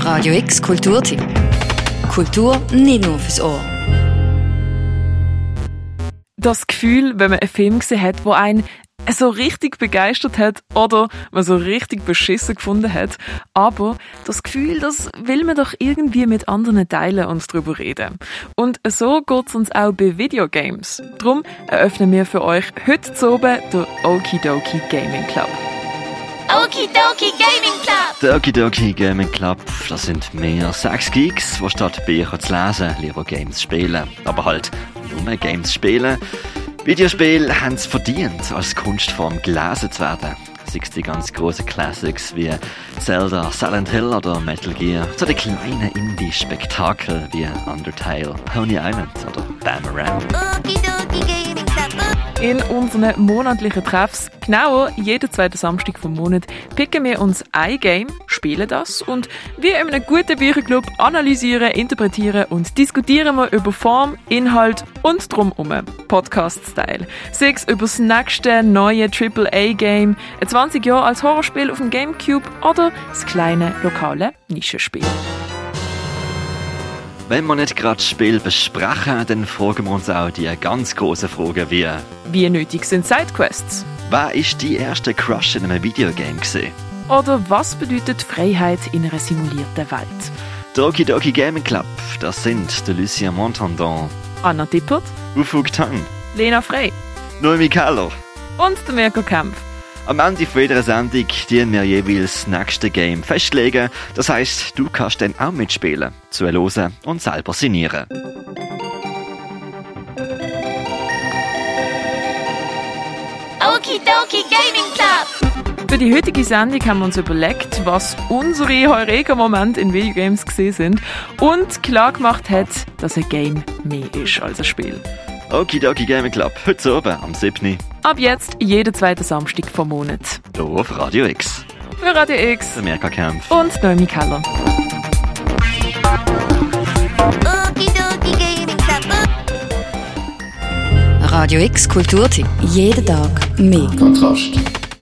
Radio X Kulturtipp. Kultur nicht nur fürs Ohr. das Gefühl, wenn man einen Film gesehen hat, wo einen so richtig begeistert hat oder man so richtig beschissen gefunden hat. Aber das Gefühl, das will man doch irgendwie mit anderen teilen und drüber reden. Und so geht's uns auch bei Videogames. Drum eröffnen wir für euch heute zu oben den Okidoki Gaming Club. Okie dokie Gaming Club. Der Okidoki Gaming Club, das sind mehr 6 Geeks, die statt Bücher zu lesen lieber Games spielen. Aber halt nur Games spielen. Videospiele haben es verdient, als Kunstform gelesen zu werden. Sei es die ganz grossen Classics wie Zelda, Silent Hill oder Metal Gear, zu den kleinen Indie-Spektakel wie Undertale, Honey Island oder Bamaran. Okie dokie Gaming Club. In unseren monatlichen Treffs, genauer jeden zweiten Samstag vom Monat, picken wir uns ein Game, spielen das und wie in einem guten Bücherclub analysieren, interpretieren und diskutieren wir über Form, Inhalt und drumherum. Podcast-Style. Sei es über das nächste neue AAA-Game, 20 Jahre als Horrorspiel auf dem Gamecube oder das kleine lokale Nischenspiel. Wenn wir nicht gerade das Spiel besprechen, dann fragen wir uns auch die ganz grossen Fragen wie Wie nötig sind Sidequests? Wer ist die erste Crush in einem Videogame gewesen? Oder was bedeutet Freiheit in einer simulierten Welt? Doki Doki Gaming Club, das sind der Lucien Montandon, Anna Dippert, Ufuk Tang, Lena Frey. Noemi Keller. und der Mirko Kempf. Am Ende von jeder Sendung dienen wir jeweils das nächste Game festlegen. Das heißt, du kannst dann auch mitspielen, zuhören und selber signieren. Okie dokie Gaming Club. Für die heutige Sendung haben wir uns überlegt, was unsere Heureka-Momente in Videogames gesehen sind und klar gemacht hat, dass ein Game mehr ist als ein Spiel. Okidoki Gaming Club, heute oben am 7. Ab jetzt jeden zweiten Samstag vom Monat. Hier auf Radio X. Für Radio X Der Mirka Kempf. und Noemi Keller. Okie dokie Gaming Club. Radio X Kulturtipp. Jeden Tag mehr. Kontrast.